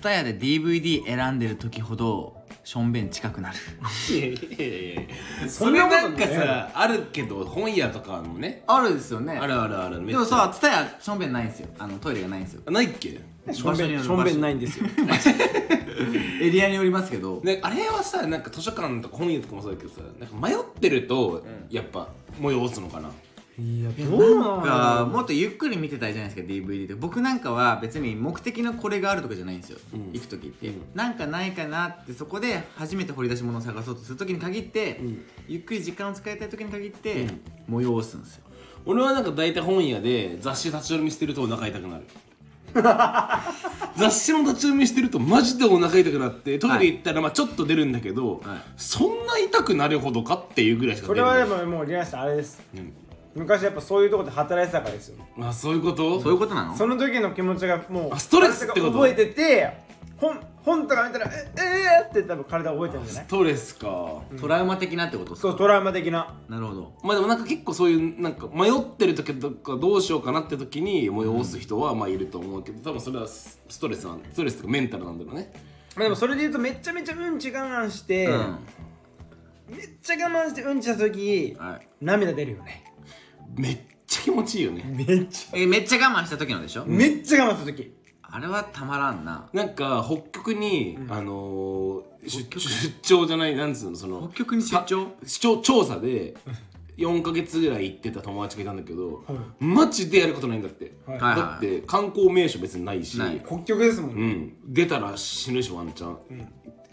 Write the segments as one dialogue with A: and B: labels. A: タヤで DVD 選んでる時ほどしょんべん近くなる
B: いやいやいやいや
C: そ
B: そ
C: ん
B: れ
C: なこと
B: なんか
C: ね
B: さあるけど本屋とかのね
A: あるですよね
B: あるあるあるめっ
A: で
B: ちゃ
A: もさ蔦屋しょんべんないんですよあのトイレがないんですよ
B: あないっけ
C: しょんべんしょんべんないんで すよ
A: エリアによりますけど
B: ねあれはさなんか図書館とか本屋とかもそうだけどさなんか迷ってると、やっぱ催すのかない
C: やどう
A: なん
C: な
A: かもっとゆっくり見てたいじゃないですか DVD って僕なんかは別に目的のこれがあるとかじゃないんですよ、
B: うん
A: 行く時って、
B: うん
A: なんかないかなってそこで初めて掘り出し物を探そうとする時に限って、
B: ん
A: ゆっくり時間を使いたい時に限って、催すんですよ
B: 俺はなんか大体本屋で雑誌立ち読みしてるとお腹痛くなる雑誌の立ち読みしてるとマジでお腹痛くなってトイレ行ったらまあちょっと出るんだけど、
A: はい
B: そんな痛くなるほどかっていうぐらいしか
C: そ
B: 出
C: れ
B: る
C: はでももうリアさんあれです昔やっぱそういうとこで働いてたからですよ
B: あそういうこと
A: そういうことなの
C: その時の気持ちがもう
B: あストレスってこと
C: 体が覚えてて本本とか見たらええー、って多分体覚えてるんじゃな
B: ス
C: い
B: トレスか
A: トラウマ的なってことですか
C: そうトラウマ的な
A: なるほど
B: まあでもなんか結構そういうなんか迷ってる時とかどうしようかなって時に催す人はまあいると思うけど多分それはスストレスなんストレスとかメンタルなんだろうね
C: まあでもそれで言うとめっちゃめちゃうんち我慢して、
A: うん
C: めっちゃ我慢してうんちした時
A: はい
C: 涙出るよね
B: めっちゃ気持ちいいよね
C: めっち
A: えめっちゃ我慢した時のでしょ、
C: ゃめっちゃ我慢した時
A: あれはたまらんな
B: なんか北極に、あのー出出張じゃないなんつうのその
A: 北極に出張
B: 視聴調査で4ヶ月ぐらい行ってた友達がいたんだけど、マジでやることないんだって、
C: はい
A: はい
B: だって観光名所別にないし
A: ない
C: 北極ですもん
B: う
C: ね、
B: ん、出たら死ぬでしょワンちゃん、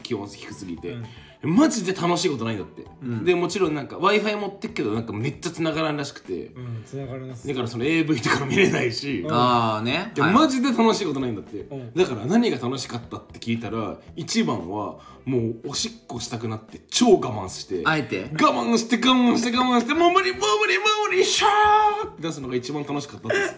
B: 気温低すぎて、マジで楽しいことないんだって、でもちろんなんか w i f i 持ってっけどなんかめっちゃ繋がらんらしくて、
C: うん、繋がります
B: だからその AV とか見れないし、
A: ああね
B: で
A: はい
B: マジで楽しいことないんだって、
C: ん
B: だから何が楽しかったって聞いたら一番はもうおしっこしたくなって超我慢して
A: あ
B: 我
A: えて
B: 慢して我慢して我慢してもう無理もう無理もう無理シャーって出すのが一番楽しかったんです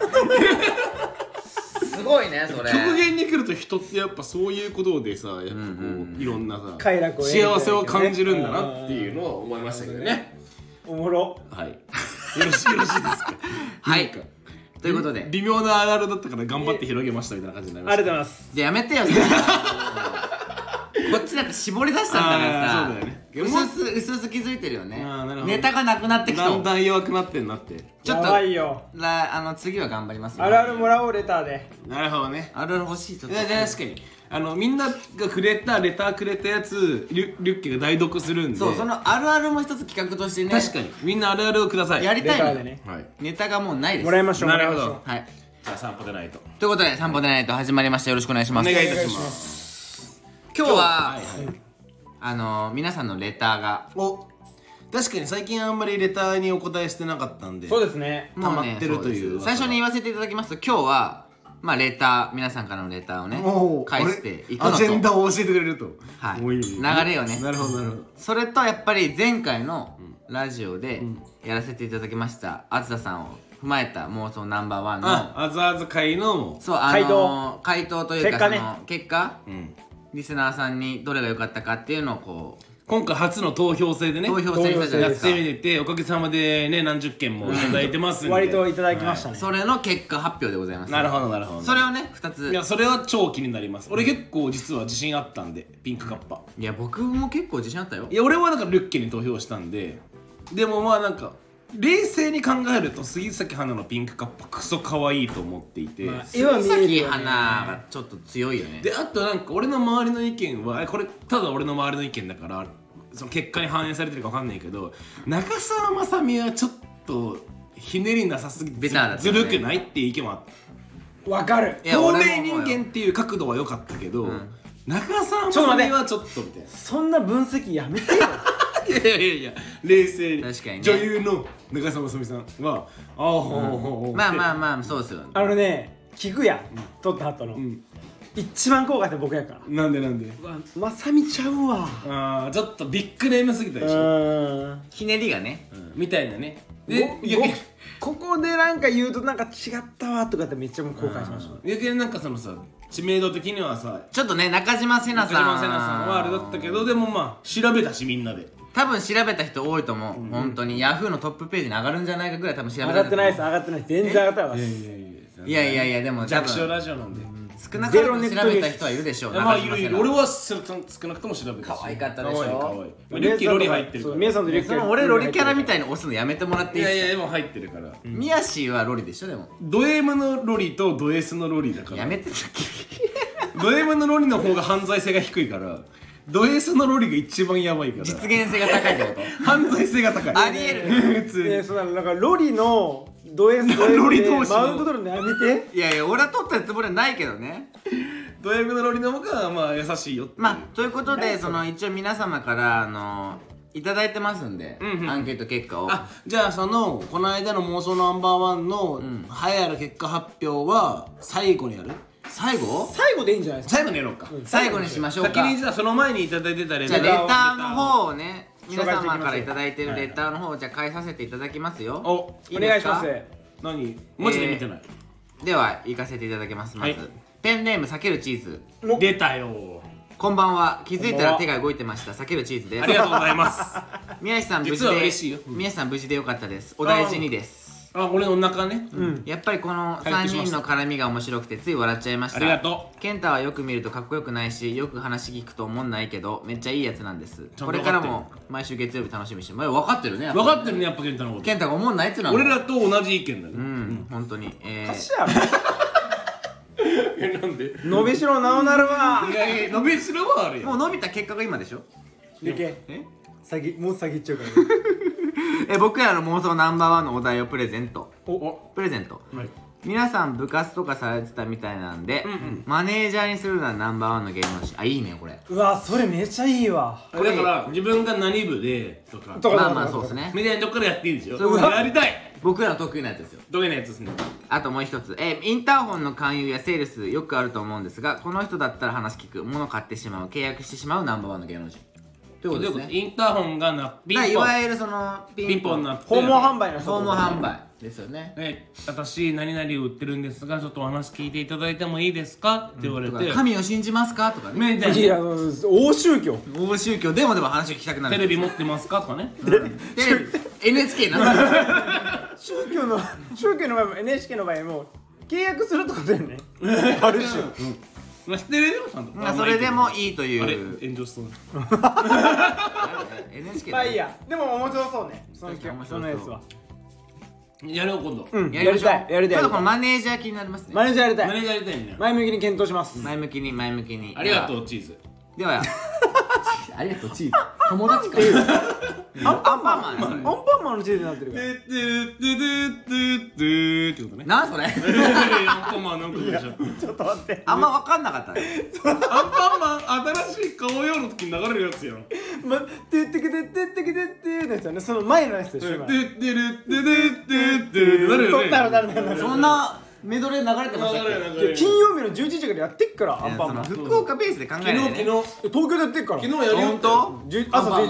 A: すごいねそれ
B: 極限に来ると人ってやっぱそういうことでさやっぱこう、いろんなさ
C: 快楽を得るみたいな
B: 幸せを感じるんだなっていうのは思いましたけどね
C: おもろ
B: はいよろしいよろしいですか
A: はい
B: なんか
A: ということで
B: 微妙なあるあるだったから頑張って広げましたみたいな感じになりま
C: あ
B: した
C: りがとうございます
A: じゃあやめてよそれこっちだって絞り出したんだから
B: あ
A: さ
B: ーそうだよね
A: うすうすうすうす気づいてるよね
B: あーなるほど
A: ネタがなくなってきた
B: だ
A: も
B: ん
A: ん
B: だん弱くなってんなって
A: ちょっ
C: やばい
A: と
C: よ
A: らあの次は頑張りますよ
C: あるあるもらおうレターで
B: なるほどね
A: あるある欲しいちょっ
B: い
A: と
B: や確かにあのみんながくれたレターくれたやつリュリュッケが代読するんで
A: そうそのあるあるも一つ企画としてね
B: 確かにみんなあるあるをください
A: やり
C: レ
A: たい
C: タ
A: の
C: ーでね
B: はい
A: ネタがもうないです
C: もらいましょう
B: なるほど
C: もらいま
A: はい
C: しょう
B: じゃあ散歩でないと
A: ということで散歩でないと始まりましたよろしくお願いし
B: お
A: ます
B: 願いい
C: お
B: た
C: 願い
B: し
C: し
B: ま
C: ます
A: 今日は
B: はいはい
A: あの皆さんのレターが
B: お確かに最近あんまりレターにお答えしてなかったんで
C: そうですね
A: もうね
B: 溜まってるとい
A: そ
B: う
A: です最初に言わせていただきますと今日はまあレター皆さんからのレターをね
B: おー
A: 返していくの
B: あ
A: と
B: れアジェンダを教えてくれると
A: はい
B: お
A: 流れをね
B: なるほどなるほど
A: それとやっぱり前回のラジオでやらせていただきましたあずささんを踏まえた妄想ナンバーワン
B: あ
A: の
B: あざあざ会のも
A: そうあ
C: 回
A: の
C: 答
A: 回答というか
C: 結果ね
A: その結果
B: うん
A: リスナーさんにどれが良かったかっていうのをこ
B: 今回初の投票制で
A: う
B: ね
A: 投票制したじゃな
B: や
A: い
B: っ
A: ですか
B: てみてておかげさまでね何十件もいただいてますんで
C: 割といただきましたね、
A: それの結果発表でございます
B: なるほどなるほど
A: それをね2つ
B: いやそれは超気になります俺結構実は自信あったんでピンクカッパ
A: いや僕も結構自信あったよ
B: いや俺はなんかリュッケに投票したんででもまあなんか冷静に考えると杉咲花のピンクカッパクソ可愛いと思っていて、
C: まあ絵
A: 岩
C: は
A: 見
C: 見える
A: 咲
C: よ、ね、
A: 花がちょっと強いよね
B: であとなんか俺の周りの意見はえこれただ俺の周りの意見だからその結果に反映されてるか分かんないけど中澤まさみはちょっとひねりなさすぎて
A: ベターだった
B: ず
A: ね
B: るくないっていう意見もあった
C: わかる
A: いや
B: 透
A: 俺も
B: 明人間っていう角度は良かったけど、中澤ま
C: ちょっと
B: さ
C: 待っ
B: み
C: て
B: はちょっとみたいな
C: そんな分析やめてよ
B: いやいやいやいや冷静に
A: 確かにね
B: 女優の中澤まさみさんはああ、ほうほうほう
A: まあ
B: あ
A: まあまあそうですよ
C: あのね聞くやん撮った後の、
B: ん
C: 一番後悔って僕やから
B: なんでなんで
C: まさみちゃうわ
B: ああちょっとビッグネームすぎた
C: う
B: でしょ、
C: ーん
A: ひねりがね
B: うんみたいなねで
C: で
B: いやいや
C: ここでなんか言うとなんか違ったわとかってめっちゃもう後悔しました
B: 余計なんかそのさ知名度的にはさ
A: ちょっとね中島せな
B: 中
A: さん
B: 島瀬奈さんはあれだったけどでもまあ調べたしみんなで
A: 多分調べた人多いと思う、本当にヤフーのトップページに上がるんじゃないかぐらい多分調べた
C: 上がってないです上がってないです全然上がってないです
B: いや
A: いやいやいやでも多
B: 弱小
A: 分
B: ラジオなんで
A: 少なからず調べた人はいるでしょう。
B: まあいるいる俺
A: は。
B: は少なくとも調べたし
A: 可愛かったでしょ
B: 可愛い可愛いまあリュッキーロリ入ってるか
C: そう
B: ら
C: 皆さんのリュッキ
A: そ
C: ー
A: の俺ロリキャラみ
C: い
A: たいに押すのやめてもらって
B: い
A: いい
B: やいや
A: ですか
B: でも入ってるから
A: ミヤシーはロリでしょでも。
B: ド M のロリとド S のロリだから
A: やめてたっけ
B: ド M のロリの方が犯罪性が低いからド S のロリが一番やばいか ら
A: 実現性が高いってこと
B: 犯罪性が高い
A: ありえる
B: 普通
C: なそんなのなんかロリのド S ド S
B: ロリ同士の
C: マウント取るのやめて
A: いやいや俺は取ったつもりはないけどね
B: ド M のロリの方がまあ優しいよっていう
A: まあということでその一応皆様からあのいただいてますんで、
B: んうん
A: アンケート結果を
B: あじゃあそのこの間の妄想ナンバーワンの
A: ん
B: 栄えある結果発表は最後にやる
A: 最後
C: 最後でいいんじゃないですか
B: 最後にやろうか
A: 最後にしましょうか
B: 先にじゃあその前にいただいてたレ
A: じゃ
B: タ
A: あ
B: ー
A: レターの方をね皆
C: 紹介していきましょう
A: 様からいただいてるレターの方をじゃあ返させていただきますよ
B: お
A: いい
C: お
A: で
C: 願い
A: す
C: し
A: か
C: ます
B: 何マジで見てない、
A: では行かせていただきますまず、
B: はい
A: ペンネーム避けるチーズ
C: お
B: 出たよ
A: こんばんは気づいたら手が動いてました避けるチーズです
B: ありがとうございますあ
A: 宮治さん無事
B: 実は嬉しいよ
A: で宮治さん無事でよかったですお大事にです
B: 俺のお腹ね、
A: やっぱりこの3
B: 回復しまし
A: 人
B: た
A: の絡みが面白くてつい笑っちゃいました
B: ありがと
A: 健太はよく見るとかっこよくないしよく話聞くと思んないけどめっちゃいいやつなんです
B: ゃんと
A: これからも毎週月曜日楽しみにしてまあ分かってるねやっぱ
B: 分かってるねやっぱ健太のこと
A: 健太が思んないっていうのは
B: 俺らと同じ意見だ
A: う
B: ね、
A: ん本当にえ
C: か
A: ー
C: しや
B: えなんで
C: ろ伸びしろなおなるわ
B: いやいや伸びしろはあるよ
A: もう伸びた結果が今でしょ
C: いけ
A: え
C: 詐欺もう詐欺っちゃうから
A: え僕らの妄想ナンバーワンのお題をプレゼント
B: おお
A: プレゼント
B: はい
A: 皆さん部活とかされてたみたいなんで、
B: うんうん
A: マネージャーにするならナンバーワンの芸能人あいいねこれ
C: うわそれめちゃいいわ
B: だから自分が何部でとか
C: と
A: まあまあそうですね
B: みたいなとこからやっていいですよ
A: そういうこと
B: やりたい
A: 僕らの得意なやつですよ
B: どげなやつですね
A: あともう一つ、えーインターホンの勧誘やセールスよくあると思うんですがこの人だったら話聞く物買ってしまう契約してしまうナンバーワンの芸能人ということです
B: どういうこと
A: ね
B: インターホンがなピ
A: だから
B: ン
A: い
B: ポン
A: わゆるそのピ
B: ピンポンになって
C: 訪問販売の人
A: 訪問販売ですよね
B: ね私何々売ってるんですがちょっとお話聞いていただいてもいいですかって言われ
A: と
B: て、
A: か神を信じますかとかね
B: みたいない
C: や大宗教
A: 大宗教でもでも話を聞きたくなる
B: テレビ持ってますかと かね
A: テレビ NHK な
C: 宗教の宗教の場合も NHK の場合も契約するってことだよねある種
B: まあ知ってるよちゃんと
A: まあそれでもいいとい
B: あれ
A: う
B: 炎上しそう
A: あれ NHK
C: ま
A: だ
C: あ
A: ね
C: いいやでも面白そうねその
A: 確かに面白そう
C: そのやつは
B: やるよ今度、
C: うん
A: やりましょう
C: やりたいやりた
A: ち
C: い
A: ょっとこのマネージャー気になりますね
C: マネージャーやりた
B: マネ
C: い
B: ージャーやりたいんだよ
C: 前向きに検討します
A: 前向きに前向きに
B: ありがとうチーズ
A: ではありがとうチーズ友達 かアンパンマン
C: アンパンマンのチーズになってる
B: ト
C: から
B: ゥトゥトゥトゥトゥってことね
A: なあそれ
B: アンパンマンなんかでしょ
C: ちょっと待って
A: あんま分かんなかったね
B: アンパンマン新しい顔用の時に流れるやつやろ
C: まてってけてってってけてってのやつよねその前のやつでしょ今
B: ででるででででなるよ
C: そ
B: ね
C: うなるなるなるなる
A: そんなメドレー流れてましたっけ
B: 流れる流
C: い
B: れ
C: や
B: る
C: 金曜日の11時からやってっからア
A: いや
C: ンパ
A: そ
C: ン
A: の
C: マン
A: 福岡ベースで考えない
B: 昨
A: で
B: 日
A: ね
B: 昨日
C: 東京でやってっから
B: 昨日やるよ
A: 本当
C: じゅ朝
A: アンパン
C: 11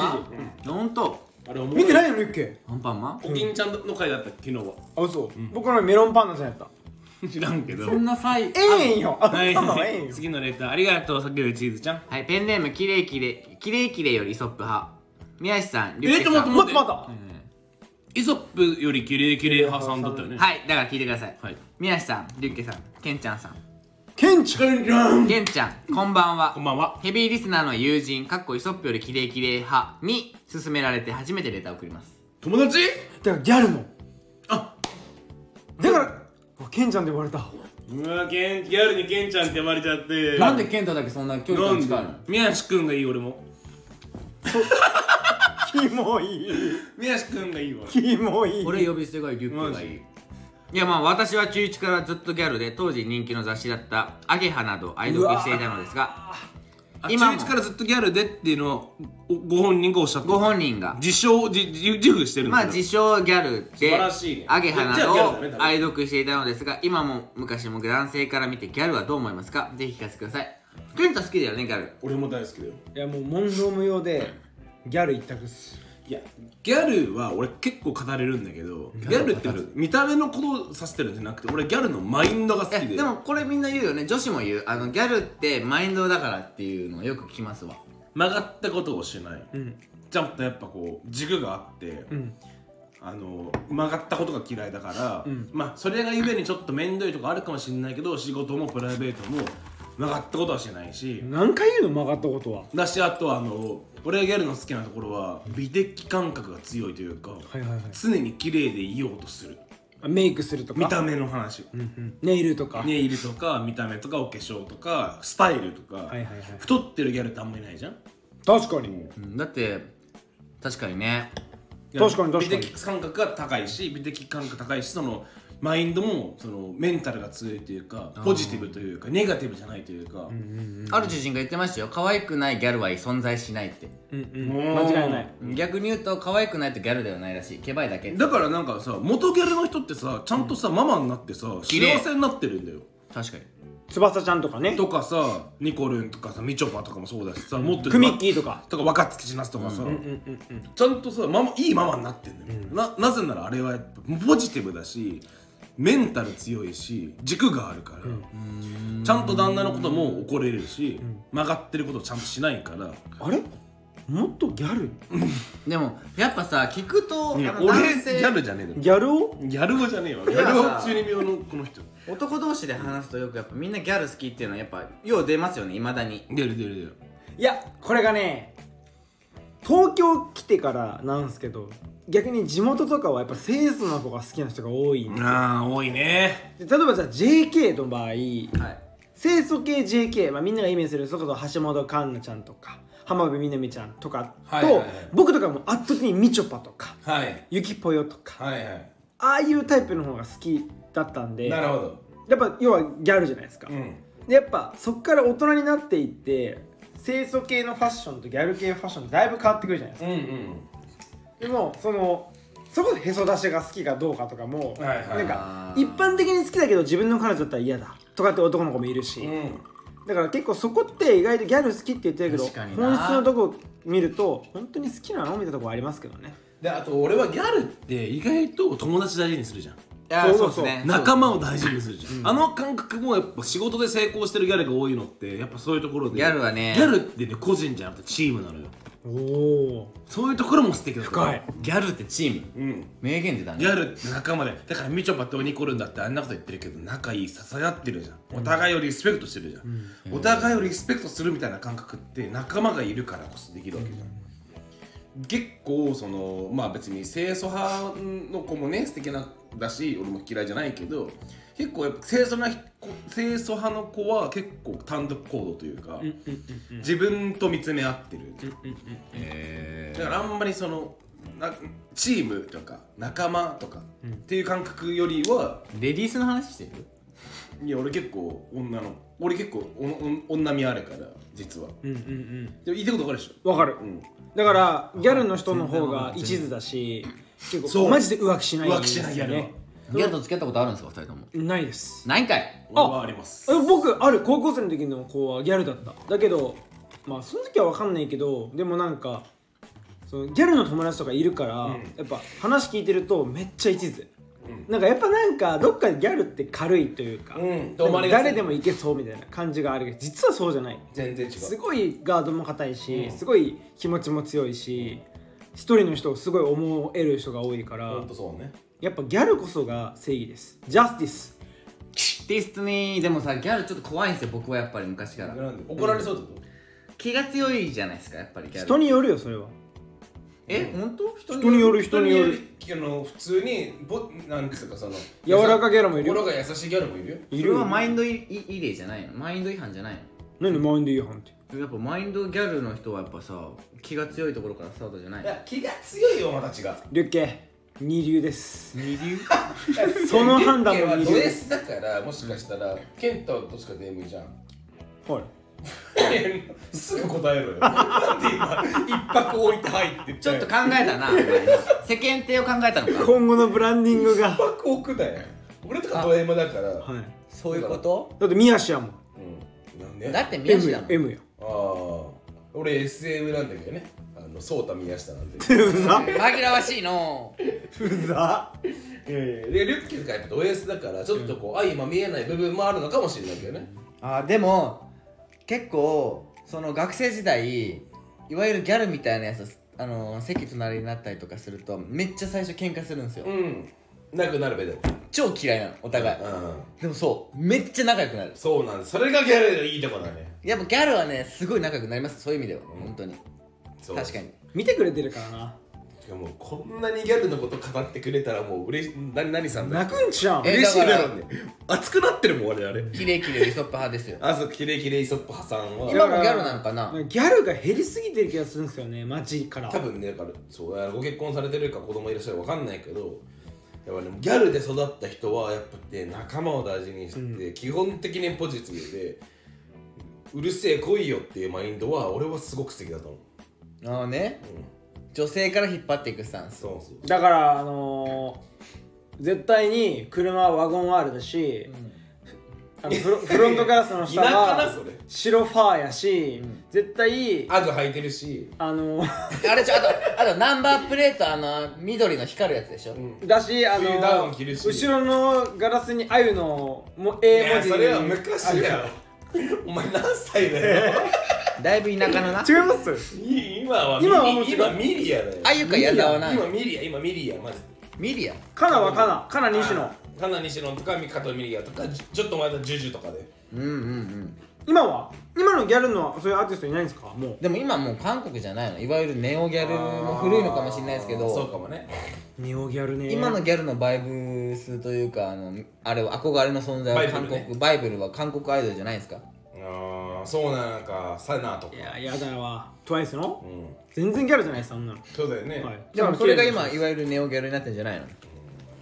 C: 時
A: 本当
B: あれ思
C: 見て
B: い
C: ないのユッケ
A: アンパンマン
B: おきんちゃんの回だった昨日は
C: あ嘘僕のメロンパンナちゃんやった
B: 知らんけど
A: そんな際
C: ええんよアン
B: は
C: パンマンはええん
B: い
C: よ
B: 次のレターありがとうさけるチーズちゃん
A: はいペンネームキレイキレイキレイキレイよりイソップ派宮治さんリュ
B: え
A: ウ
B: っ
A: キ
B: と
A: さ
B: 待
A: ん
B: って
C: 待
B: 待
C: っ
B: ってて
C: 待った
B: イソップよりキレイキレイ派さんだったよね
A: はいだから聞いてください
B: はい
A: 宮治さんリュッケさんケンちゃんさん
C: ケンちゃん
A: ケンちゃんこんばんは
B: こんばんは
A: ヘビーリスナーの友人かっこイソップよりキレイキレイ派に勧められて初めてレターを送ります
B: 友達
C: だからギャルの
B: あ
C: だからうわケンちゃんで呼ばれた
B: うわけんギャルにケンちゃんって呼ばれちゃって
A: なんでケンタだけそんな距離
B: な
A: 感
B: んで
A: 近いの
B: 宮地くんがいい俺も
C: キモい
B: 宮地くんがいいわ
C: キモ い
A: 俺呼び捨てがいいリュックが
B: マ
A: いい
B: ジ
A: いやまあ私は中1からずっとギャルで当時人気の雑誌だった「アゲハ」など愛読していたのですが
B: あ
A: 今
B: 中
A: も
B: 1からずっとギャルでっていうのはおご本人がおっしゃった
A: ご本人が
B: 自称自自自負してるん
A: ま
B: だ
A: あ
B: よ
A: 自称ギャル
B: 素
A: で
B: 晴らしいね
A: アゲハな
B: じゃあギャルだね
A: ど
B: 多
A: を
B: 分
A: 愛読していたのですが今も昔も男性から見てギャルはどう思いますかぜひ聞かせてくださいケンタ好きだよねギャル
B: 俺も大好きだよ
C: いやもう問答無用でギャル一択っす
B: いやギャルは俺結構語れるんだけどギャルって見た目のことを指してるんじゃなくて俺ギャルのマインドが好き
A: え
B: で
A: でもこれみんな言うよね女子も言うあのギャルってマインドだからっていうのをよく聞きますわ
B: 曲がったことをしない、
C: ん
B: ちゃんとやっぱこう軸があって、
C: ん
B: あの曲がったことが嫌いだから、まあそれがゆえにちょっと面倒いとかあるかもしれないけど仕事もプライベートも曲がったことはしないし、
C: 何回言うの曲がったことは
B: だしあとはあの俺がギャルの好きなところは美的感覚が強いというか、
C: いはいはい
B: 常に綺麗でいようとする
C: あメイクするとか
B: 見た目の話、
C: ネイルとか、
B: ネイルとか見た目とかお化粧とかスタイルとか、
C: はいはいはい
B: 太ってるギャルってあんまりいないじゃん
C: 確かに
A: うんだって確かにね
C: 確かに確かに
B: 美的感覚が高いし美的感覚高いしそのマインドもそのメンタルが強いというかポジティブというかネガティブじゃないというか、
A: ある知人が言ってましたよ可愛くないギャルは存在しないって、
B: うん
C: 間違いない
A: 逆に言うと可愛くないとギャルではないらしいケバいだけ
B: だからなんかさ元ギャルの人ってさちゃんとさ、ママになってさ
A: 綺
B: 幸
A: 麗
B: せになってるんだよ
A: 確かに
C: 翼ちゃんとかね
B: とかさニコルンとかさみちょぱとかもそうだしさもっと
C: クミッキーとか
B: とか若槻千夏とかさ、ちゃんとさママいいママになってんだよ、ななぜならあれはやっぱポジティブだしメンタル強いし軸があるから、ちゃんと旦那のことも怒れるし、曲がってることをちゃんとしないから、
C: あれもっとギャル
A: でもやっぱさ聞くと、
B: ね
A: あの
B: 俺
A: 男
B: ギ
A: 性
B: ャルじゃねえの
C: ギャルを
B: ギャル語じゃねえわギ
A: や
B: ャル語
A: さ
B: 中二病のこの人
A: 男同士で話すとよくやっぱみんなギャル好きっていうのはやっぱよう出ますよねいまだに
B: 出る出る出る
C: いやこれがね東京来てからなんですけど逆に地元とかはやっぱ清楚な子が好きな人が多いんで
B: ああ多いね
C: で例えばじゃあ JK の場合
A: はい
C: 清楚系 JK、まあ、みんながイメージするそれこそ橋本環奈ちゃんとか浜辺美波ちゃんとかと、
B: はいはいはい
C: 僕とかも圧倒的にみちょぱとか
B: はい
C: ゆきぽよとか
B: はいはい
C: ああいうタイプの方が好きだったんでや
B: ほど
C: っぱ要はギャルじゃないですか、
B: うん
C: でやっぱそっから大人になっていって清楚系のファッションとギャル系ファッションってだいぶ変わってくるじゃないですか
B: うんうん
C: でもそのそれこそへそ出しが好きかどうかとかも、
B: はいはい
C: なん
A: あ
C: か
A: ー
C: 一般的に好きだけど自分の彼女だったら嫌だとかって男の子もいるし、
B: うん
C: だから結構そこって意外とギャル好きって言ってるけど
A: 確か
C: 本
A: に
C: 質
A: な
C: のとこ見ると本当に好きなのみたいなとこありますけどね
B: であと俺はギャルって意外と友達大事にするじゃん
A: いや
C: そう
A: そ
C: そうう
A: ですね
B: 仲間を大事にするじゃん、あの感覚もやっぱ仕事で成功してるギャルが多いのってやっぱそういうところで
A: ギャルはね
B: ギャルってね個人じゃなくてチームなのよ
C: おお
B: そういうところも素敵だと思う
C: 深い
A: ギャルってチーム
B: うん
A: 名言出た
B: ギ
A: ね
B: ャルって仲間でだからみちょぱとニコルンだってあんなこと言ってるけど仲いい支え合ってるじゃんお互いをリスペクトしてるじゃん、お互いをリスペクトするみたいな感覚って仲間がいるからこそできるわけじゃん、結構そのまあ別に清楚派の子もね素敵なだし俺も嫌いじゃないけど結構やっぱ清楚なひ子清楚派の子は結構単独行動というか、自分と見つめ合ってる、
A: え
B: だからあんまりそのなチームとか仲間とかっていう感覚よりは、
A: ー、レディースの話してる
B: いや俺結構女の俺結構おお女味あるから実は
C: うんうんうん
B: でも言いたいこと分かるでし
C: わかる
B: ょ、うん、
C: だからギャルの人の方が一途だし結
B: そ
C: 構
B: う
C: マジで浮気しない
B: 浮気しないギャルは
A: ギャルと付き合ったことあるんですか二人とも
C: ないです
A: ないんかい
B: 俺はあります
C: え僕ある高校生の時の子はギャルだっただけどまあその時は分かんないけどでもなんかそのギャルの友達とかいるから、やっぱ話聞いてるとめっちゃ一途、なんかやっぱなんかどっかでギャルって軽いというか、
B: うん
C: でも誰でもいけそうみたいな感じがあるけど実はそうじゃない
B: 全然違う
C: すごいガードも硬いし、すごい気持ちも強いし、一人の人をすごい思える人が多いから、
B: ほんとそうね
C: やっぱギャルこそが正義ですジャスティス
A: ディスティニーでもさギャルちょっと怖いんですよ僕はやっぱり昔から
B: なんで怒られそうだと、
A: 気が強いじゃないですかやっぱりギャル
C: 人によるよそれは
A: え本当人
C: 人による人による
B: あの普通にぼなんつうかその
C: 柔らかギャルもいるよ
B: 心が優しいギャルもいるよ
A: それはマインドいい異例じゃないのマインド違反じゃない
C: 何マインド違反って
A: のやっぱマインドギャルの人はやっぱさ気が強いところからスタートじゃない
B: い
A: の
B: や気が強いよまた違う
C: リュッケ二流です
A: 二流
C: その判断も
B: は
C: 二
B: ド
C: 流で
B: S だからもしかしたらケンタはどっちかで M じゃん
C: はい
B: すぐ答えろよ。なんで今、一泊置いて入って
A: ちょっと考えたなお前世間体を考えたのか
C: 今後のブランディングが
B: 一泊置くだよ。俺とかド M だから。
C: はい
A: そういうこと
C: だって宮下も
B: うん。なんで
A: だ
B: あ
A: って宮
C: M
A: 下だ
C: や
A: もん
C: M や
B: あー。俺 SM なんだけどね。あの、ソータ宮下 なんで。
C: ふざ
A: 紛らわしいのう
C: ふざ
B: いやいやで、リュッキーがやっぱド S だから、ちょっとこう、相ま見えない部分もあるのかもしれないけどね。
A: あでも結構その学生時代いわゆるギャルみたいなやつあの席隣になったりとかするとめっちゃ最初喧嘩するんですよ、
B: うんなくなるべでも
A: 超嫌いなのお互い、
B: うん
A: でもそうめっちゃ仲良くなる
B: そうなんですそれがギャルのいいとこだね
A: やっぱギャルはねすごい仲良くなりますそういう意味では、本当に
B: そう
A: 確かに
C: 見てくれてるからな
B: しかもこんなにギャルのこと語ってくれたらもう嬉しな何さんだよ
C: 泣くんちゃうん
A: え
B: 嬉しいだろうね熱くなってるもん我々
A: キレイキレイウソップ派ですよ
B: あそうキレイキレイソップハさん
A: 今
B: は
A: もギャルなんかな
C: ギャルが減りすぎてる気がするんですよね街から
B: 多分ねだからそうだからご結婚されてるか子供いらっしゃるかわかんないけどやっぱねギャルで育った人はやっぱね仲間を大事にして、基本的にポジティブでうるせえ来いよっていうマインドは俺はすごく素敵だと思う、
A: あのね
B: うん、
A: 女性から引っ張っていくスタンス
B: そうそう
C: だからあのー、絶対に車はワゴン R だし、あのフロフロントガラスの下
B: 田舎だ
C: は
B: それ
C: 白ファーやし、絶対
B: アグ履いてるし
C: あの
A: あれちょあ とあとナンバープレートあの緑の光るやつでしょ、
C: だしあの
B: 冬ダウン着るし
C: 後ろのガラスにあゆのも A 文字
B: それは昔だよお前何歳だ よ
A: だいぶ田舎のな
C: 違います
B: 今は
C: 今はもう違う
B: 今ミリアだよ
A: あゆか矢沢な
B: 今
A: ん
B: ミリア今ミリアマジで
A: ミリア
C: カナはカナカナ西野
B: カナ西野とか三加藤ミリアとかちちょっと前だとジュジュとかで
A: うんうんうん
C: 今は今のギャルのそういうアーティストいないんですかもう
A: でも今もう韓国じゃないのいわゆるネオギャルも古いのかもしれないですけ
B: あーそ
A: ど
B: うかもね
C: ネオギャルね
A: 今のギャルのバイブスというかあのあれは憧れの存在
B: バ
A: は
B: イブル
A: 韓
B: ね
A: 国バイブルは韓国アイドルじゃないですか
B: ああそうなんかサナとか
C: いややだわ TWICE の
B: うん
C: 全然ギャルじゃないですあんなの
B: そうだよね、
C: はい
A: でもそれが今いわゆるネオギャルになってんじゃないの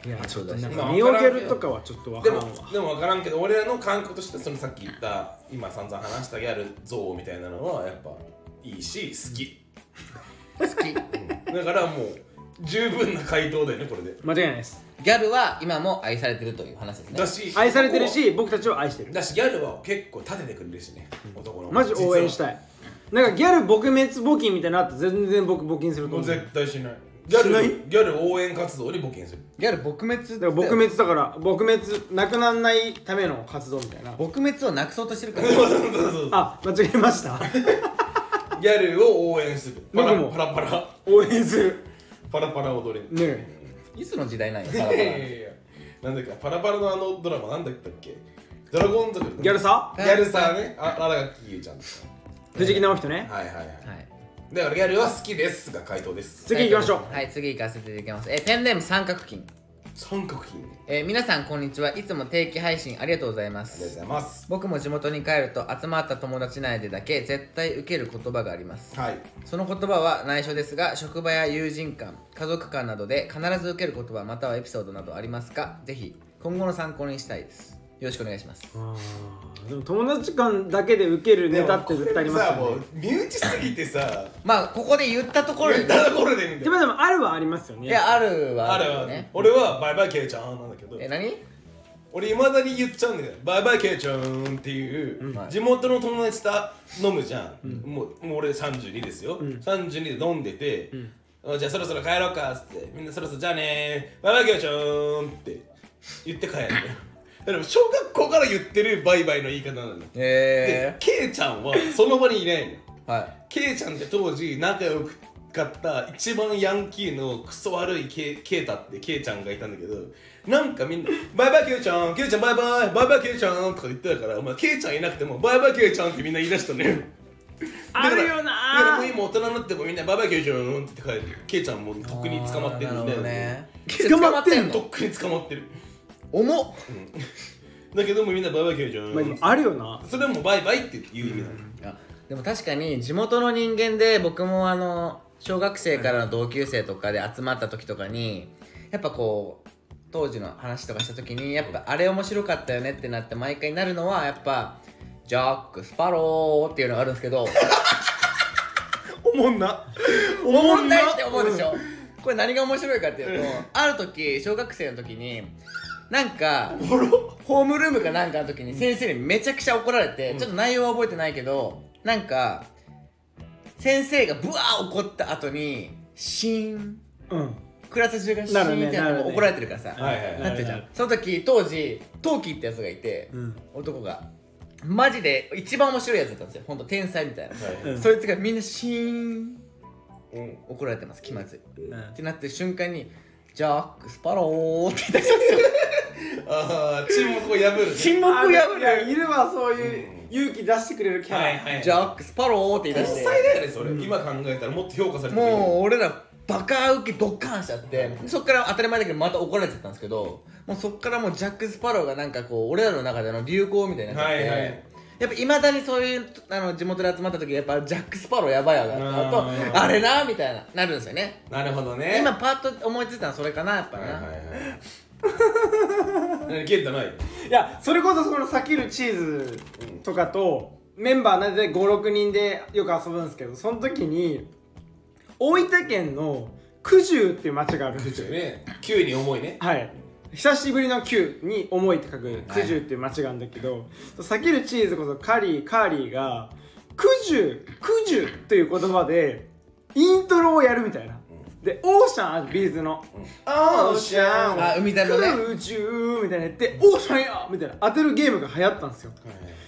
C: いやちょっとなん
B: ま
C: か
B: あ
C: ネオギャルとかはちょっとわか
B: で
C: らん
B: も
C: わ
B: でも分からんけど俺らの感覚としてそのさっき言った今散々話したギャル像みたいなのはやっぱいいし好き、
A: 好き
B: だからもう十分な回答だよねこれで
C: 間違いないです
A: ギャルは今も愛されてるという話ですね
B: だし
C: 愛されてるし僕たちを愛してる
B: だしギャルは結構立ててくれるしね、男の子
C: マジ応援したいなんかギャル撲滅募金みたいなのあって全然僕募金する
B: 実はも
C: と思
B: う
C: うだか
B: 絶対しないギャル
C: しない
B: ギャル応援活動に募金する
A: ギャル撲滅って
C: ら撲滅だから撲滅なくならないための活動みたいな
A: 撲滅をなくそうとして るから
C: あ間違えました
B: ギャルを応援するパ
C: 僕
B: ラ
C: も
B: パラパラ
C: 応援する
B: パラパラ踊れる
C: ねえ
A: いつの時代なんよ
B: い
A: パラパ
B: や
A: ラ
B: いやいやなんだっけパラパラのあのドラマなんだったっけドラゴン族
C: ギャルさ
B: ギャルさねあ荒垣結衣ち
C: 藤木直人ね
B: ゃんはいはいはい、
A: はい
B: だからギャルは好きですが回答です
C: 次行きましょう
A: はい次行かせていただきますえーペンネーム三角筋
B: 三角筋あ
A: えー皆さんこんにちはいつも定期配信ありがとうございま
B: りがとうご
A: す
B: ざいます
A: 僕も地元に帰ると集まった友達内でだけ絶対受ける言葉があります
B: はい
A: その言葉は内緒ですが職場や友人間家族間などで必ず受ける言葉またはエピソードなどありますかぜひ今後の参考にしたいですよろしくお願いします
C: あーでも友達間だけで受けるネタって絶対あります
B: でも
C: よ
B: これ
C: ね
B: さもう身内すぎてさ
A: まあここで言ったところ
B: 言
A: に
B: っ
A: い
B: たところでみたい
C: で
B: な
C: もでもあるはありますよね
A: いやあるは
B: あ
A: ある
B: れ
A: よ
B: は、
A: ね
B: 俺はバイバイケイちゃんなんだけど
A: え何
B: 俺いまだに言っちゃうんだよバイバイケイちゃんっていう、
A: ん
B: 地元の友達と飲むじゃん、もうもう俺32ですよ、32で飲んでて、あじゃあそろそろ帰ろうかっつってみんなそろそろじゃあねーバイバイケイちゃんって言って帰る のよでも小学校から言ってるバイバイの言い方なのよで
A: え
B: ケイちゃんはその場にいないのよ
A: ー、はい
B: ケイちゃんって当時仲良かった一番ヤンキーのクソ悪いケイケイタってケイちゃんがいたんだけどなんかみんな「バイバイケイちゃんケイちゃんバイバイバイバイケイちゃん」とか言ってたから、まあ、ケイちゃんいなくても「バイバイケイちゃん」ってみんな言い出したのよ
C: あるよ
B: だから
C: な
B: もう今大人になってもみんな「バイバイケイちゃん」って言って帰るケイちゃんもうとっくに捕まってる
A: あーな
B: んだ
A: る
B: よ
A: ほどね
C: 捕まってん
B: とっくに捕まってる
A: 重っ
B: だけどもみんな「バイバイケイちゃん」
C: まあでもあるよな
B: それはもうバイバイっていう意味なの、
A: あでも確かに地元の人間で僕もあの小学生からの同級生とかで集まった時とかにやっぱこう当時の話とかした時にやっぱあれ面白かったよねってなって毎回なるのはやっぱジャック・スパローっていうのがあるんですけど
B: おもんなお
A: お
B: も
A: もんないって思うでし ょこれ何が面白いかっていうとある時小学生の時になんか
B: おもろ
A: ホームルームかなんかの時に先生にめちゃくちゃ怒られて、ちょっと内容は覚えてないけどなんか先生がブワー怒った後にシーン
C: うん
A: クラス中がシ
C: なる
A: ーン
C: ね
A: ってな
C: な
A: って
C: る
A: も
C: ね
A: 怒られてるからさ、
B: はいはいはい
A: なってるじゃんその時当時トウキってやつがいて、
C: うん
A: 男がマジで一番面白いやつだったんですよほんと天才みたいな、
B: はい
C: うん
A: そいつがみんなシーン
D: うん
A: 怒られてます気まずい、ってなって瞬間に「ジャック・スパロー」って言ったりしたんですよ
B: ああ沈黙を破る、ね、
A: 沈黙破
C: いや
A: る
C: いるわそういう勇気出してくれるキャラ、
B: はいはい
A: ジャック・スパローって言い出し
B: 天才
A: て
B: だよねそれ、今考えたらもっと評価されてる
A: もう俺らバカウケドッカンしちゃってそっから当たり前だけどまた怒られちゃったんですけどもうそっからもうジャック・スパローがなんかこう俺らの中での流行みたいになっちゃって、
B: はいはい
A: やっぱいまだにそういうあの地元で集まった時やっぱジャック・スパローやばいわなと
B: うん
A: あれなみたいななるんですよね
B: なるほどね
A: 今パッと思いついたのはそれかなやっぱな、
B: はいはいはい何健太ない
C: いやそれこそその避けるチーズとかとメンバー大体56人でよく遊ぶんですけどその時に大分県の九十っていう町があるんですよ
B: ね9位に重いね
C: はい久しぶりの九に思いって書く九十っていう町があるんだけど、避けるチーズこそカリーカーリーが九十九十という言葉でイントロをやるみたいな、でオーシャンあるビーズの、オーシャン
A: あ海だのね
C: 空中みたいなやってオーシャンやみたいな当てるゲームが流行ったんですよ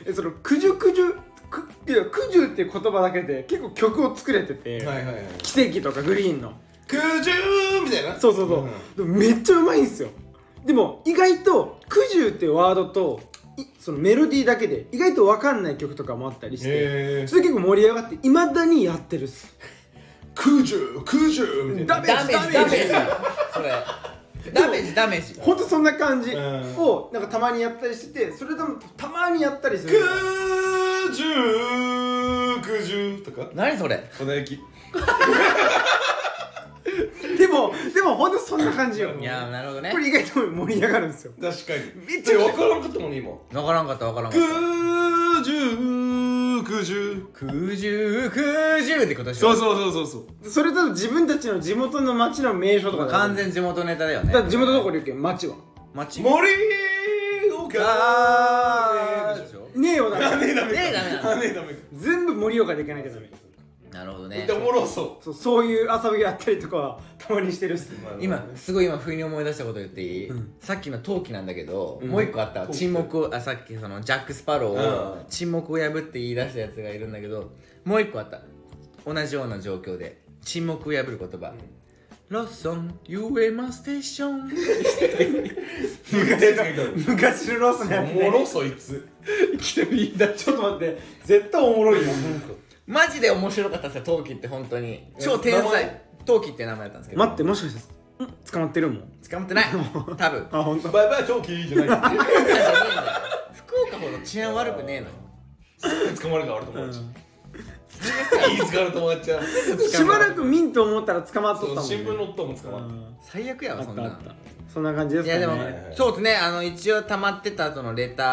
C: えそのくじゅくじゅくっていうくじゅっていう言葉だけで結構曲を作れてて、
B: はいはいはい
C: 奇跡とかグリーンの
B: 90みたいな
C: そうそうそう、でもめっちゃうまいんですよでも意外と「くじゅう」っていうワードといそのメロディーだけで意外と分かんない曲とかもあったりして
B: え
C: それ結構盛り上がっていまだにやってるっす
B: 9090みたいな
C: ダメ
A: ダ
C: ージ
A: メージダメージそれダメージダメージ
C: ほんとそんな感じ
B: うん
C: をなんかたまにやったりしててそれともたまにやったりする
B: 9090とか
A: 何それ
B: 粉雪
C: でもでもほんとそんな感じよ
A: いやーなるほどね
C: これ意外と盛り上がるんですよ
B: 確かに
C: めっ
B: そ
C: ち
B: れ
C: ゃ
B: 分からんかったもんね今
A: わからんかったわからんかった
B: 9090
A: 九十九十ってことでし
D: そ
A: ょ
D: うそうそうそうそう
C: それと自分たちの地元の町の名所とか
A: 完全地元ネタだよね
C: だから地元どこに行くよ町は
A: 町
B: 森岡
A: あーでしょ
C: ねえよだから
B: ねえダメ
A: ねえダメ
B: か
A: なの
B: ねえダメか
C: 全部盛岡で行かなきゃダメ
A: なるほど
B: めっ
A: ね
B: ちゃおもろそ
C: そうそういう遊びがあったりとかはたまにしてるっすね
B: う
A: 今すごい今不意に思い出したこと言っていい、
C: うん
A: さっきの陶器なんだけど、もう一個あったわ
B: 陶器
A: 沈黙をあさっきそのジャック・スパロー
B: う
A: を
B: ん
A: 沈黙を破って言い出したやつがいるんだけどもう一個あった同じような状況で沈黙を破る言葉、ロッソン、ユーエマステーション。
C: 昔のロスのやつ
B: おも
C: ね
B: ろそいつ
C: 来てみんなちょっと待って絶対おもろいよ
A: マジで面白かったですよ、陶器って本当に。超天
B: 名
A: 才
B: 前。
A: 陶器って名前だったんですけど。
C: 待ってもしかしてん捕まってるもん
A: 捕まってない。多分。
C: あ本当。
B: バイバイ長期じゃない
A: 福岡ほど治安悪くねえのよ。
B: 捕まるから俺友達いつから友達は
C: しばらく見んと思ったら捕まっと
B: そ
C: った
B: う
C: もん、ね、
B: 新聞の夫も捕
C: う
B: まっ
C: ん
A: 最悪や
C: あ
A: わ、
C: っ
A: そん
C: たあ
A: な
C: っ
A: ん。
C: たそんな感じで
A: い
C: すか
A: や
C: ね
A: でも、
B: はい
A: そうですねあの一応溜まってた後のレター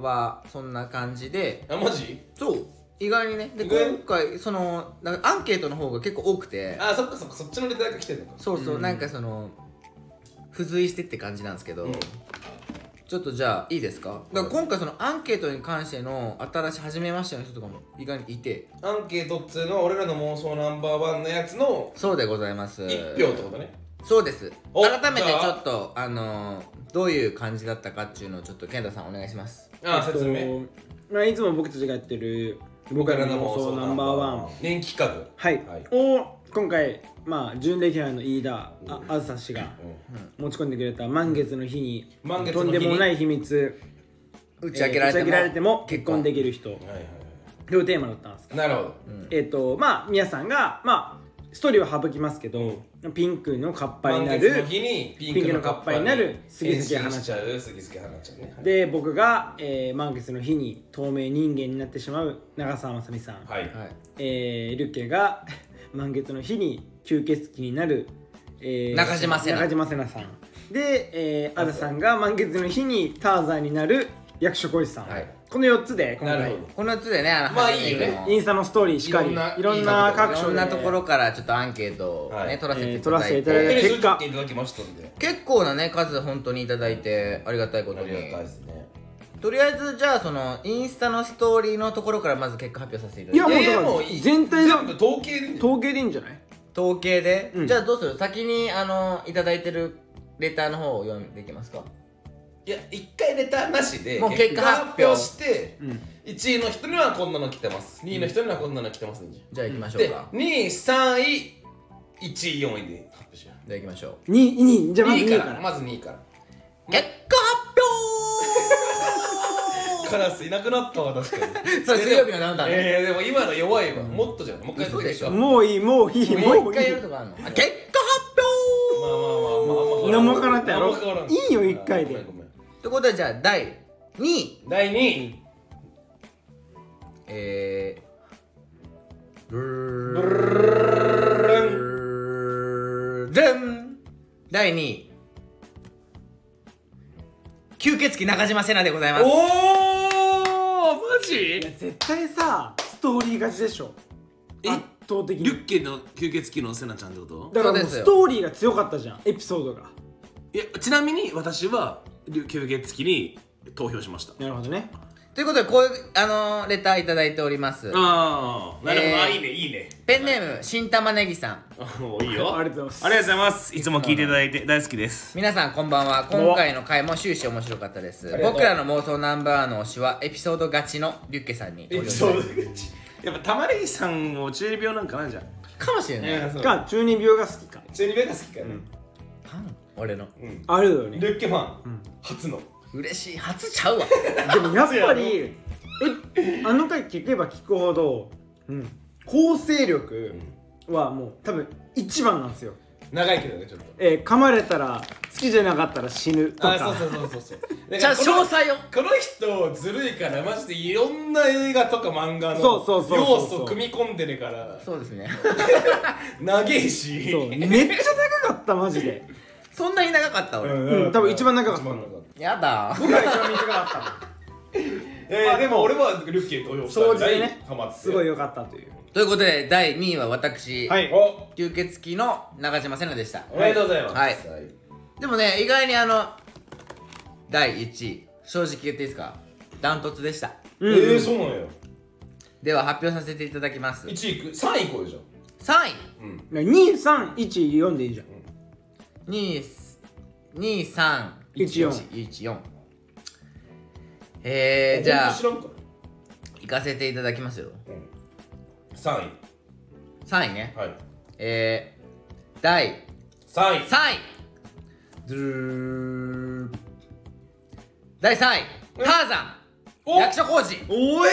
A: はそんな感じで
B: たあマジ
A: そう意外にねで
B: 意外
A: 今回そのなんかアンケートの方が結構多くて
B: あそっかそっかそっちのネタが来てんのか
A: そうそう、なんかその付随してって感じなんですけど、ちょっとじゃあいいですかだから今回そのアンケートに関しての新しい初めましての人とかも意外にいて
B: アンケートっつうのは俺らの妄想ナンバーワンのやつの
A: そうでございます
B: 一票ってことね
A: そうです
B: お
A: 改めて
B: じ
A: ち
B: ゃあ
A: ょっとあのどういう感じだったかっていうのをちょっと健太さんお願いします
B: ああ説明
C: まあ、いつも僕たちがやってる
B: 僕
C: 僕
B: ら
C: ら
B: の
C: の
B: 妄
C: 妄
B: 想
C: 想
B: ナ
C: ナ
B: ン
C: ン
B: バ
C: バ
B: ー
C: ー
B: ワ
C: ワ
B: ン
C: ン
B: 年企画
C: はい、
B: はい
C: を今回まあ準レギュラーの飯田ああずさ氏が持ち込んでくれた満月の日に
B: 満月の
C: と
B: 日
C: ん
B: に
C: でもない秘密
A: 打ち明けられて
C: え
A: も,、
C: ー打ち明けられても結婚できる人と
B: はいはいは
C: いうテーマだったんです
B: いなるほど
C: えっ、とまあ皆さんがまあストーリーは省きますけど、ピンクのカッパに
B: 満
C: な
B: 月の
C: る
B: 日にピ
C: ン
B: ン
C: ク
B: クの
C: の
B: カッ
C: カッ
B: パ
C: パ
B: に
C: に
B: な
C: な
B: る
C: る
B: 杉月
C: 杉月
B: 花
C: 花
B: ち
C: ち
B: ゃ
C: ゃ
B: う杉月花ちゃんね
C: で僕が、えー満月の日に透明人間になってしまう長澤まさみさん、
B: はい
A: はい
C: えールッケが 満月の日に吸血鬼になる、えー
A: 中島瀬那
C: 中島瀬那さんで、えー、あずさんが満月の日にターザンになる役所広司さん、
A: はい
C: この4つで今
B: なる
C: 回
B: ほど
A: このやつでね、あの
B: まあ
A: 初めての
B: いいよ
C: インスタのストーリーしかり
B: いろんない
C: ろんない
B: い
C: 各
A: い
C: 所
A: ろ
C: で
A: んなところからちょっとアンケートをね、
B: はい
A: 取らせてい
C: えー
A: た
C: 取ら
A: だ
C: せ
A: い
C: て
A: て
C: いただいて
B: 結果いただきましたんで
A: 結構なね数本当にいただいてありがたいこと
B: あ
A: に
B: りがたいですね
A: とりあえずじゃあそのインスタのストーリーのところからまず結果発表させていただ
C: い
A: いて
C: やも
B: いやいやも
C: うだか
B: う
C: ら
B: いい
C: 全体が
B: 全部統計でいいんじゃ
C: 統計でいいんじゃない
A: 統計で、
C: うん
A: じゃあどうする先にあのいただいてるレターの方を読んでいきますか
B: いや一回ネタなしで
A: もう結果発表
B: 結して
C: うん
B: 1位の人にはこんなの来てます2位の人にはこんなの来てますんじゃん
A: じゃあ行きましょう
B: で
A: か
B: 2位3位1位4位で発表しよ
A: じゃあ行きましょう
C: ににじゃ
B: う
C: あま
B: 2
C: ず2
B: 位
C: 位
B: か
C: からら
B: まず2位から
A: 結果
B: カラスいなくなったわ確かに
A: 発表それ水曜日のダウンタウンね
B: えー、でも今の弱いわもっとじゃないもう一回やってい
A: 嘘で
B: いか
A: しょ
B: まあ
C: もういいもういい
A: も
C: も
A: う
C: う
A: 一
C: い
A: 回
C: い
A: やるとかあるのあ結果発
B: まあまあまあまあ
C: 何も変わらんったやろ
B: 何も変わらん
C: いいよ一回で
B: ごめんごめん
A: 表ってことでじゃあ第2位
B: 第2位
A: えーブル
B: ブルルン
A: ルルン第2位吸血鬼中島瀬奈でございます
E: おーマジ
C: いや絶対さストーリー勝ちでしょ
E: え
C: 圧倒的に
E: リュッケの吸血鬼のセナちゃんってこと
C: だからも
A: そう
C: う
A: ですよ
C: ストーリーが強かったじゃんエピソードが
E: いやちなみに私はリュ吸血鬼に投票しました
C: なるほどね
A: ということでこういう、あのーレターいただいております
E: ああなるほど、
A: えー
E: あいいねいいね
A: ペンネーム新玉ねぎさん
E: あもういいよ
C: ありがとうございます
E: ありがとうございますいつも聞いていただいて大好きです
A: 皆さんこんばんは今回の回も終始面白かったです
B: りがとう
A: 僕らの妄想ナンバーワンの推しはエピソード勝ちのリュッケさんに
B: エピソード
E: やっぱたまりさんも中二病なんかなんじゃん
A: かもしれない、
B: が
C: か中二病が好きか
B: 中二ベが好きかな
A: ファン俺の
B: うん
C: あるよね
B: ルッケファン初の
A: 嬉しい初ち ゃうわ
C: でもやっぱりえあの回聞けば聞くほど、うん、構成力はもう多分一番なんですよ、
B: 長いけどねちょっと
C: えー噛まれたら好きじゃなかったら死ぬと
B: あ
C: か
B: そうそうそうそう そうだ
A: じゃ
B: か
A: あ詳
B: らこの
A: 細を
B: この人ずるいからマジでいろんな映画とか漫画の
C: そうそうそうそう
B: 要素を組み込んでるから
A: そうですね
B: 長えし
C: そうめっちゃ高かったマジで、
A: そんなに長かった俺、
C: うん、多分一番長かったの
A: やだ
C: 僕ら一番短かっ
B: えー、でも俺はルッケとお呼
C: たの掃除でね
B: ハマって
C: すごい良かったという
A: ということで第2位は私、
C: はい
B: お
A: 吸血鬼の中島瀬奈でした
B: おめでとうございます
A: はいでもね意外にあの第1位正直言っていいですかダントツでした
B: え
C: うん
B: ー、そうなんや
A: では発表させていただきます3
B: 1位行く3位行こうじゃん
A: 位
B: うん
C: 2314でいいじゃん
A: 2314えー、じゃあ
B: ほんと知らんから
A: 行かせていただきますよ
B: うん3
A: 3位ね
B: 位はい
A: えー、第3
B: 3位
A: 位ずるー第3位ターザン
B: お
A: 役所広司
B: おえ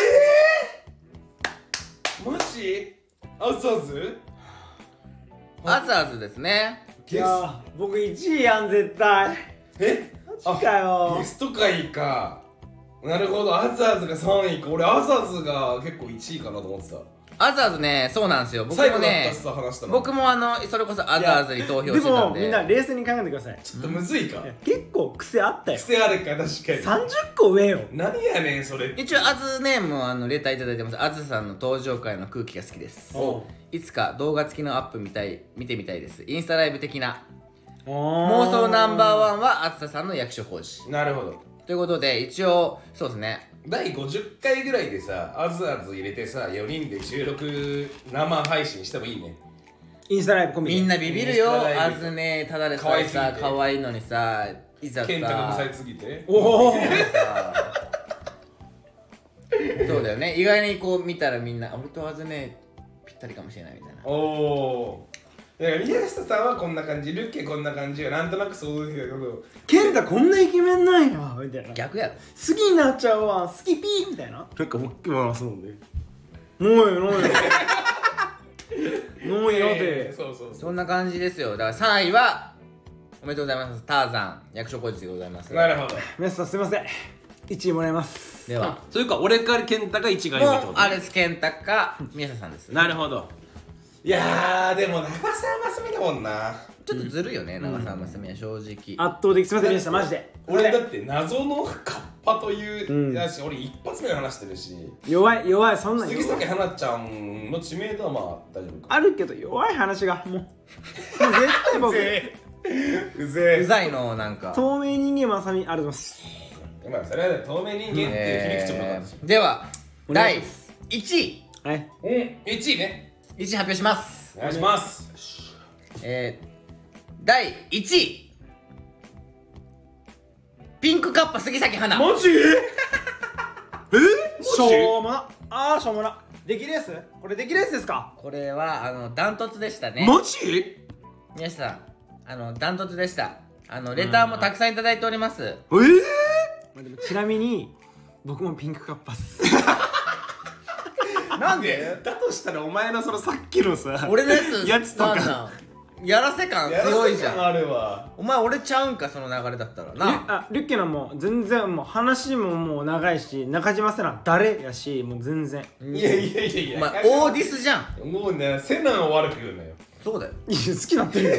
B: ー、マジアウサーズ
A: アザーズですね
C: い
B: ゲス
C: やー僕1位やん絶対
B: え
C: マジかよ
B: ゲスト会かなるほどアザーズが3位か俺アザーズが結構1位かなと思ってた
A: アザーズねそうなんですよ僕
B: 最後
A: も
B: だった
A: ね
B: しさ話したの
A: 僕もあのそれこそアザーズに投票
C: で
A: してた
C: も
A: んで
C: みんな冷静に考えてください
B: ちょっとむずいか
C: いや結構癖あったよ
B: 癖あるか確かに
C: 30個上よ
B: 何やねんそれ
A: 一応アズネームあのレターいただいてますアズさんの登場回の空気が好きです
C: お
A: いつか動画付きのアップ見たい見てみたいですインスタライブ的な妄
C: 妄
A: 想ナンバーワンはあずささんの役所工事
B: なるほど
A: ということで一応そうですね
B: 第50回ぐらいでさあずあず入れてさ4人で収録生配信してもいいね
C: インスタライブコンビ
A: みんなビビる
B: イン
A: よ
B: スタラ
A: あ
B: イブ
A: ずねただで
B: 可
A: さ
B: 愛
A: え
B: すぎて
A: さ可愛いのにさいざさ
B: 健太が無されすぎてね
C: おお
A: そうだよね意外にこう見たらみんな俺とあずねぴったりかもしれないみたいな
B: おおーだから宮下さんはこんな感じルッケこんな感じよなんとなく想像できたけど
C: 健太こんなイケメンなんやみたいな好
A: 逆やろ
C: きになっちゃうわ好きピーみたいな
E: なんか大きく回すもんね
C: 飲むよ飲むよ飲むよ
B: え
C: で
B: ーそうそうそ
A: そんな感じですよだから3位はおめでとうございますターザン役所工事でございます
B: うなるほど
C: 皆さんすいません1位もらいます
A: では
E: それか俺から健太が一が
A: も
E: 4って
A: う
E: こと
A: アレスケンタか宮下さんです
E: なるほど
B: いやーでも長澤まさみだもんな
A: ちょっとずるいよね長澤まさみは正直
C: 圧倒的すいませんでしたマジで
B: 俺だって謎のカッパという、
C: うん
B: だし俺一発目の話してるし
C: 弱い弱いそんなん
B: 杉
C: 弱い
B: 咲花ちゃんの知名度はまあ大丈夫か
C: あるけど弱い話がもうもう絶対 僕
B: うぜ
A: うざいのなんか
C: 透明人間まさみありがとうございます
B: まあそれはね透明人間っていう切り口もなかったし、
A: えーでは
C: お願いし
A: 第
C: ま
A: 1位
C: はい
B: うん1位ね
A: 1位発表します
B: お願いします
A: えー、第1位ピンクカッパ杉咲花
C: マ ジ
B: え
C: しょうもなあーしょうもなできレースこれできレースですか
A: これはあのダントツでしたね
B: マジ
A: 宮下さんあのダントツでしたあのレターもたくさんいただいております
B: えー、
C: まあでもちなみに僕もピンクカッパっす
B: なんでだとしたらお前のそのさっきのさ
A: 俺のやつ
B: やつと
A: なん
B: か
A: なんやらせ感強いじゃん
F: あれは
A: お前俺ちゃうんかその流れだったらな
C: あリュッケのもう全然もう話ももう長いし中島セナ誰やしもう全然
F: いやいやいやいや
A: お前オーディスじゃん
F: もうねセナを悪く言うなよ
A: そうだよ
C: いや好きになってるよ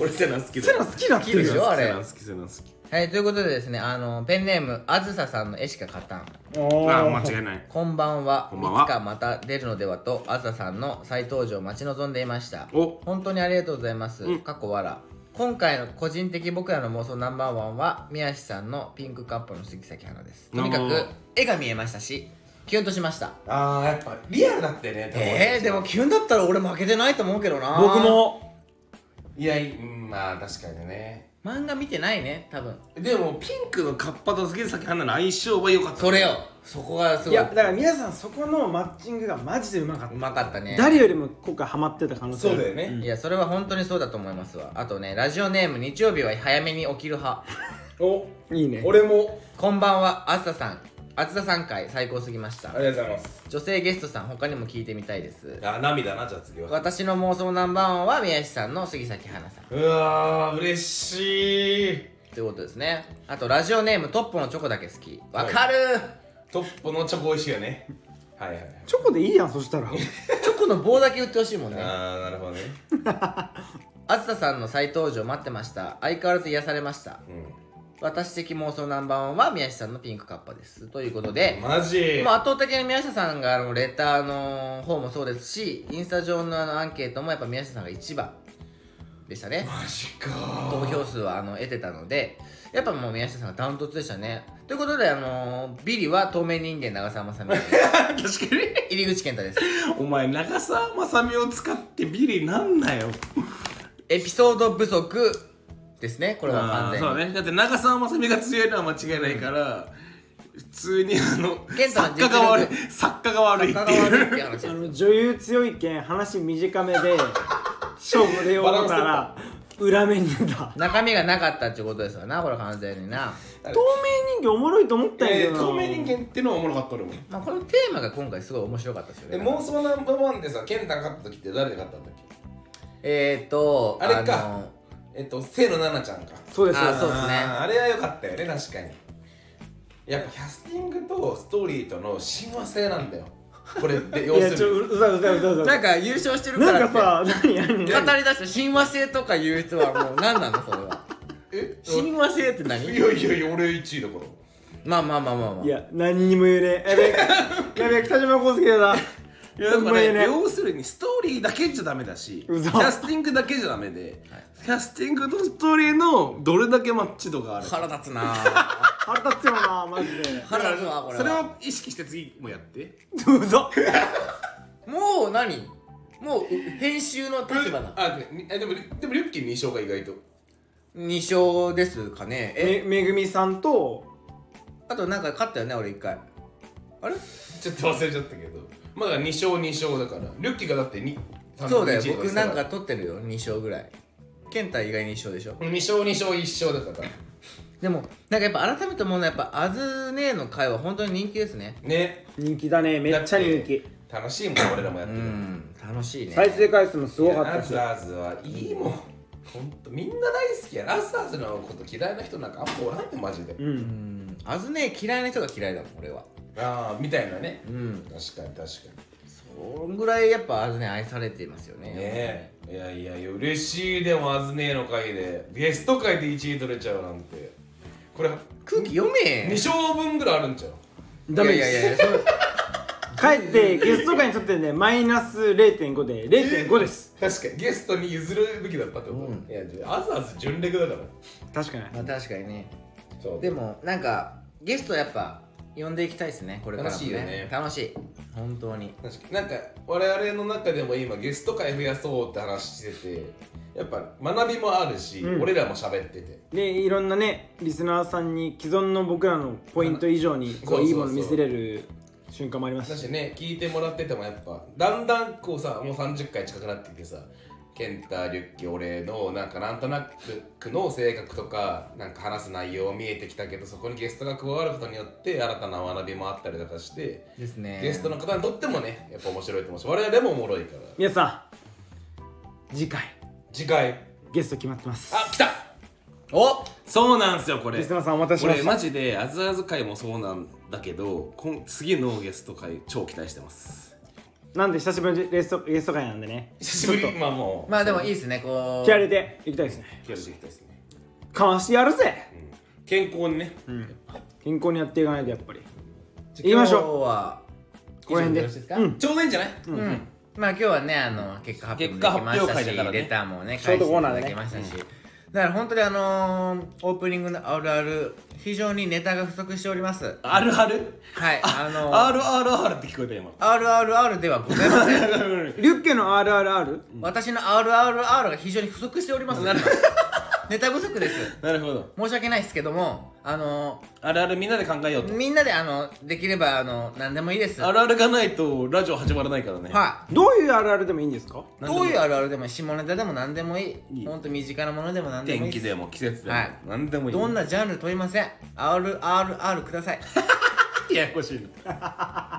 B: 俺セナ好きだ
C: セナ好きになってる
A: 好きでしょ
C: よ
A: あれ
B: セナ好きセナ好き
A: はいということでですねあのペンネームあずささんの絵しか勝たん
C: お
B: あ
C: ー
B: 間違いない
A: こんばんは
B: こんばんはい
A: つかまた出るのではとあずささんの再登場を待ち望んでいました
B: お
A: 本当にありがとうございます、過去わら今回の個人的僕らの妄想ナンバーワンは宮司さんのピンクカップの杉咲花ですとにか
B: お
A: く
B: ー
A: 絵が見えましたしキュンとしました
F: ああやっぱリアルだったよね多分
A: えー、でもキュンだったら俺負けてないと思うけどな
C: 僕も
F: いやいうんまあ確かにね
A: 漫画見てないね多分
B: でもピンクのカッパと杉咲花の相性は良かった
A: それよそこがす
C: い
A: ごい
C: やだから皆さんそこのマッチングがマジでうまかった
A: うまかったね
C: 誰よりも今回ハマってた可能性あ
F: そう
C: る
F: だよね、
A: いやそれは本当にそうだと思いますわあとねラジオネーム日曜日は早めに起きる派
F: お
C: いいね
F: 俺も
A: こんばんは、あずささん。あずささん回、最高すぎました
F: あ。りがとうございます
A: 女性ゲストさん、他にも聞いてみたいです。
F: あ涙なじゃあ次は
A: 私の妄想ナンバーワンは宮司さんの杉咲花さん
F: うわー嬉しい
A: ということですねあとラジオネームトッポのチョコだけ好きわかる、
F: トップのチョコ美味しいよねはいはいはい
C: チョコでいいやんそしたら
A: チョコの棒だけ売ってほしいもんね
F: ああなるほどね
A: あずささんの再登場待ってました相変わらず癒されました
F: う
A: 私的妄想ナンバーワンは宮司さんのピンクカッパですということで
F: んマジ
A: まあ、圧倒的に宮下さんがあのレターの方もそうですしインスタ上のあのアンケートもやっぱ宮下さんが一番でしたね
F: マジか
A: 投票数はあの得てたのでやっぱもう宮下さんがダントツでしたねということであのービリは透明人間長澤まさみ
B: 確かに
A: 入口健太です
B: お前長澤まさみを使ってビリなんなよ
A: エピソード不足ですねこれは
B: あ
A: 完
B: ー
A: 全
B: そう
A: に、
B: ねだって長澤まさみが強いのは間違いないから、普通にあの
A: 健太の
B: 作
A: 実
B: 家
A: 力
B: が悪い作家が悪いっ
A: 仲
B: て
A: が悪
B: い
A: いうっていう話
C: あ
A: です
C: の女優強いけん話短め で勝負で終わったら裏目に出た
A: 中身がなかったっていうことですよなこれ完全にな、
C: 透明人間おもろいと思ったんやけ
B: えー
C: どな、
B: 透明人間ってのはおもろかった俺も
A: まあ、このテーマが今回すごい面白かったですよね
F: で妄想ナンバーワンでさ健太が勝った時って誰で勝ったんだっけ
A: えーと
F: あれか
A: の
F: えっと清野奈々ちゃんか
C: そうです
A: あーそうですね
F: あーあれは良かったよね確かにやっぱキャスティングとストーリーとの親和性なんだよこれ で要
C: いや
F: す
C: ちょ
F: るに
C: ううざいうざいうざいうざ
A: ないんか優勝してるから
C: な
A: って
C: んかさ何何何
A: 語り出した親和性とか言う人はもう何なのそれは
F: え
A: 親和性って何
F: いやいやいや俺1位だから
A: まあまあまあまあまあ
C: いや何にも言えねえやべ えやべえ北島康介だない
B: やだ
C: 何
B: か
C: も
B: ら
C: 言えねえ
B: 要するにストーリーだけじゃダメだしキ
C: うざ
B: ャスティングだけじゃダメで、キャスティングとストーリーのどれだけマッチ度があるか
A: 腹立つな ぁ
C: 腹立つよなマジで
A: 腹立つわこれ
B: それ
A: は
B: を意識して次もやって
C: うざ
A: もう何もう編集の立場な
F: あにえでもでもリュッキー2勝が意外と
A: 2勝ですかねえ
C: めめぐみさんと
A: あとなんか勝ったよね俺1回あれ
F: ちょっと忘れちゃったけどまだ2勝2勝だからリュッキーがだって2
A: そうだよ僕なんか取ってるよ2勝ぐらい健太以外2勝でしょ
F: 2勝2勝1勝だから
A: でもなんかやっぱ改めて思うのはやっぱあずねーの会は本当に人気ですね
F: ね
C: 人気だねめっちゃ人気
F: 楽しいもん俺らもやっ
A: う
F: てる
A: ん楽しいね
C: 再生回数もすごかっ
F: ラ
C: たし
F: スアーズはいいもんほんとみんな大好きやラスアーズのこと嫌いな人なんかあんまおらんよマジで
C: うん
A: うんあずねー嫌いな人が嫌いだもん俺は
F: ああみたいなね
A: うん
F: 確かに確か
A: そんぐらいやっぱあずね愛されていますよね
F: にねえいやいやいや嬉しいでもあずねえの回でゲスト回で1位取れちゃうなんてこれ
A: 空気読め
F: 2勝分ぐらいあるんちゃう
C: ダメ
A: い
C: で
A: やい
C: す
A: やいやそれ
C: かえってゲスト界にとってねマイナス0.5で0.5です
F: 確かにゲストに譲るべきだったってこと、
A: うん
F: いやあずあず純レグだから
C: 確かに
A: まあ確かにね
F: そう
A: でもなんかゲストやっぱ呼んでいきたいですねこれからも
F: 楽しいよね
A: 楽しい本当に
F: 確かになんか我々の中でも今ゲスト会増やそうって話しててやっぱ学びもあるし、
C: うん
F: 俺らも喋ってて
C: でいろんなねリスナーさんに既存の僕らのポイント以上に
F: そうそ
C: こ
F: うう
C: いいもの見せれる瞬間もありました
F: だし
C: し
F: ね聞いてもらっててもやっぱだんだんこうさもう30回近くなってきてさ健太リュッキ俺のなんかなんとなくの性格とかなんか話す内容見えてきたけどそこにゲストが加わることによって新たな学びもあったりとかして
A: ですね
F: ゲストの方にとってもねやっぱ面白いと思うし我々もおもろいから
C: 皆さん次回
F: 次回
C: ゲスト決まってます
F: あ来た
A: お
B: そうなんすよこれ
C: リスナーさんお待たせしま
B: 俺
C: した
B: マジであずあず会もそうなんだけど今次のゲスト会超期待してます
C: なんで久しぶりにゲストゲスト会なんでね
F: 久しぶりまあもう
A: まあでもいいですねこう
C: 気合入れていきたいですね
B: 気合入れていきたいです
F: ね
C: かわしてやるぜ
B: 健康にね
C: 健康にやっていかないとやっぱり
A: じゃあ
C: 行きましょう
A: 今日は
C: この辺で
A: 以上よろしいですか
C: うん
B: ちょうどいいんじゃない
A: うん、まあ今日はねあの結果発表もで
B: 結果
A: きま
B: 発
A: した
B: 表
A: し、
B: 会だからね
A: レターもね
C: ショー
A: 返
C: ト
A: して
C: コー
A: い
C: ナ
A: た
C: ーでね
A: だきましたし、だから本当にあのーオープニングのあるある非常にネタが不足しております
B: あるある
A: はいあのー
B: RRR って聞こえた今
A: RRR ではございません
C: リュッケの RRR
A: 私の RRR が非常に不足しております
B: なる
A: ネタ不足です
B: なるほど
A: 申し訳ないですけどもあの
B: あるあるみんなで考えよう
A: ー
B: と
A: みんなであのできればあの何でもいいです
B: あるあるがないとラジオ始まらないからね
A: は
C: どういう RR でもいいんですか
A: いどういうあるあるでも下ネタでも何でもいい
B: いい
A: ほんと身近なものでも何でもい
B: 天
A: いで
B: 気
A: す
B: でも季節でも
A: はい
B: 何でもいい
A: どんなジャンル問いません RRR ください
B: ややこ しいの
F: わ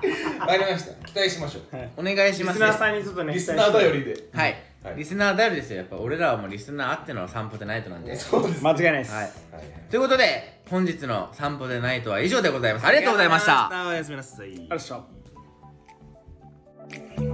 F: かりました期待しましょう
A: お願いし
C: リ
A: ま
C: ス
A: す
C: ナーさんにちょっとね
F: リスナーだよりで
A: は
F: は
A: い、
F: い
A: リスナーだよりですよやっぱ俺らはもうリスナーあっての散歩でナイトなんで
F: そうです
C: 間違いないです、
A: はい
F: はいはい
A: ということで本日の散歩でナイトは以上でございますありがとうございました
B: おやすみなさい
C: ありがとうございました